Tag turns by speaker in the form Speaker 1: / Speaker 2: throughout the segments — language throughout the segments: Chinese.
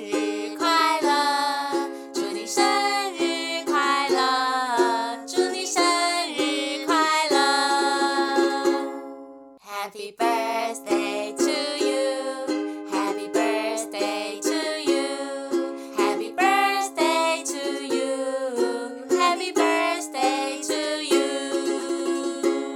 Speaker 1: 日快乐，祝你生日快乐，祝你生日快乐。Happy birthday to you. Happy birthday to you. Happy birthday to you. Happy birthday to you.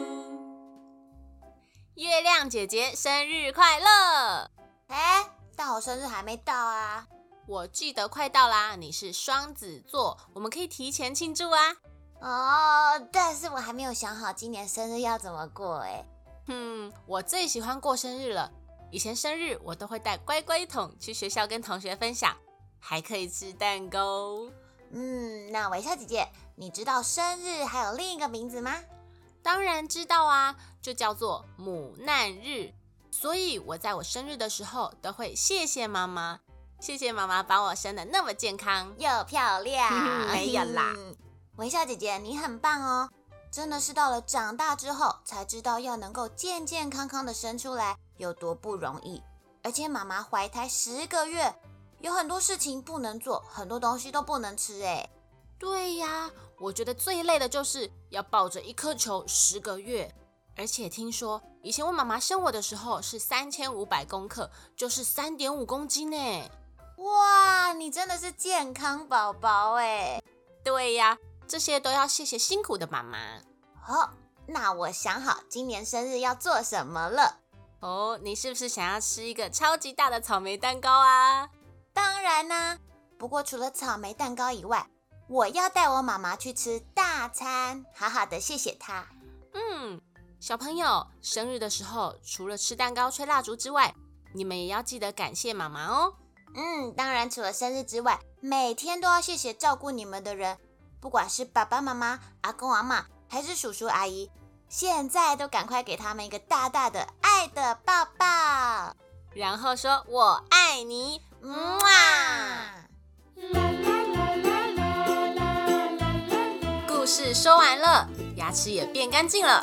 Speaker 1: 月亮姐姐生日快乐！
Speaker 2: 哎，但我生日还没到啊。
Speaker 1: 我记得快到啦，你是双子座，我们可以提前庆祝啊。
Speaker 2: 哦，但是我还没有想好今年生日要怎么过哎。
Speaker 1: 嗯，我最喜欢过生日了。以前生日我都会带乖乖桶去学校跟同学分享，还可以吃蛋糕。哦
Speaker 2: 嗯，那微笑姐姐，你知道生日还有另一个名字吗？
Speaker 1: 当然知道啊，就叫做母难日。所以我在我生日的时候都会谢谢妈妈，谢谢妈妈把我生的那么健康。，
Speaker 2: 又漂 亮
Speaker 1: 没有啦
Speaker 2: 嗯。微笑姐姐，你很棒哦！真的是到了长大之后，才知道要能够健健康康的生出来有多不容易。而且妈妈怀胎十个月，有很多事情不能做，很多东西都不能吃。哎，
Speaker 1: 对呀，我觉得最累的就是要抱着一颗球十个月。而且听说以前我妈妈生我的时候是三千五百公克，就是三点五公斤呢。
Speaker 2: 哇，你真的是健康宝宝哎！
Speaker 1: 对呀，这些都要谢谢辛苦的妈妈。
Speaker 2: 哦，那我想好今年生日要做什么了。
Speaker 1: 哦，你是不是想要吃一个超级大的草莓蛋糕啊？
Speaker 2: 当然啦、不过除了草莓蛋糕以外，我要带我妈妈去吃大餐，好好的谢谢她。
Speaker 1: 嗯，小朋友生日的时候，除了吃蛋糕、吹蜡烛之外，你们也要记得感谢妈妈哦。
Speaker 2: 嗯，当然除了生日之外，每天都要谢谢照顾你们的人，不管是爸爸妈妈、阿公阿妈，还是叔叔阿姨，现在都赶快给他们一个大大的爱的抱抱，
Speaker 1: 然后说“我爱你
Speaker 2: 嗯哇！”。
Speaker 1: 故事说完了，牙齿也变干净了。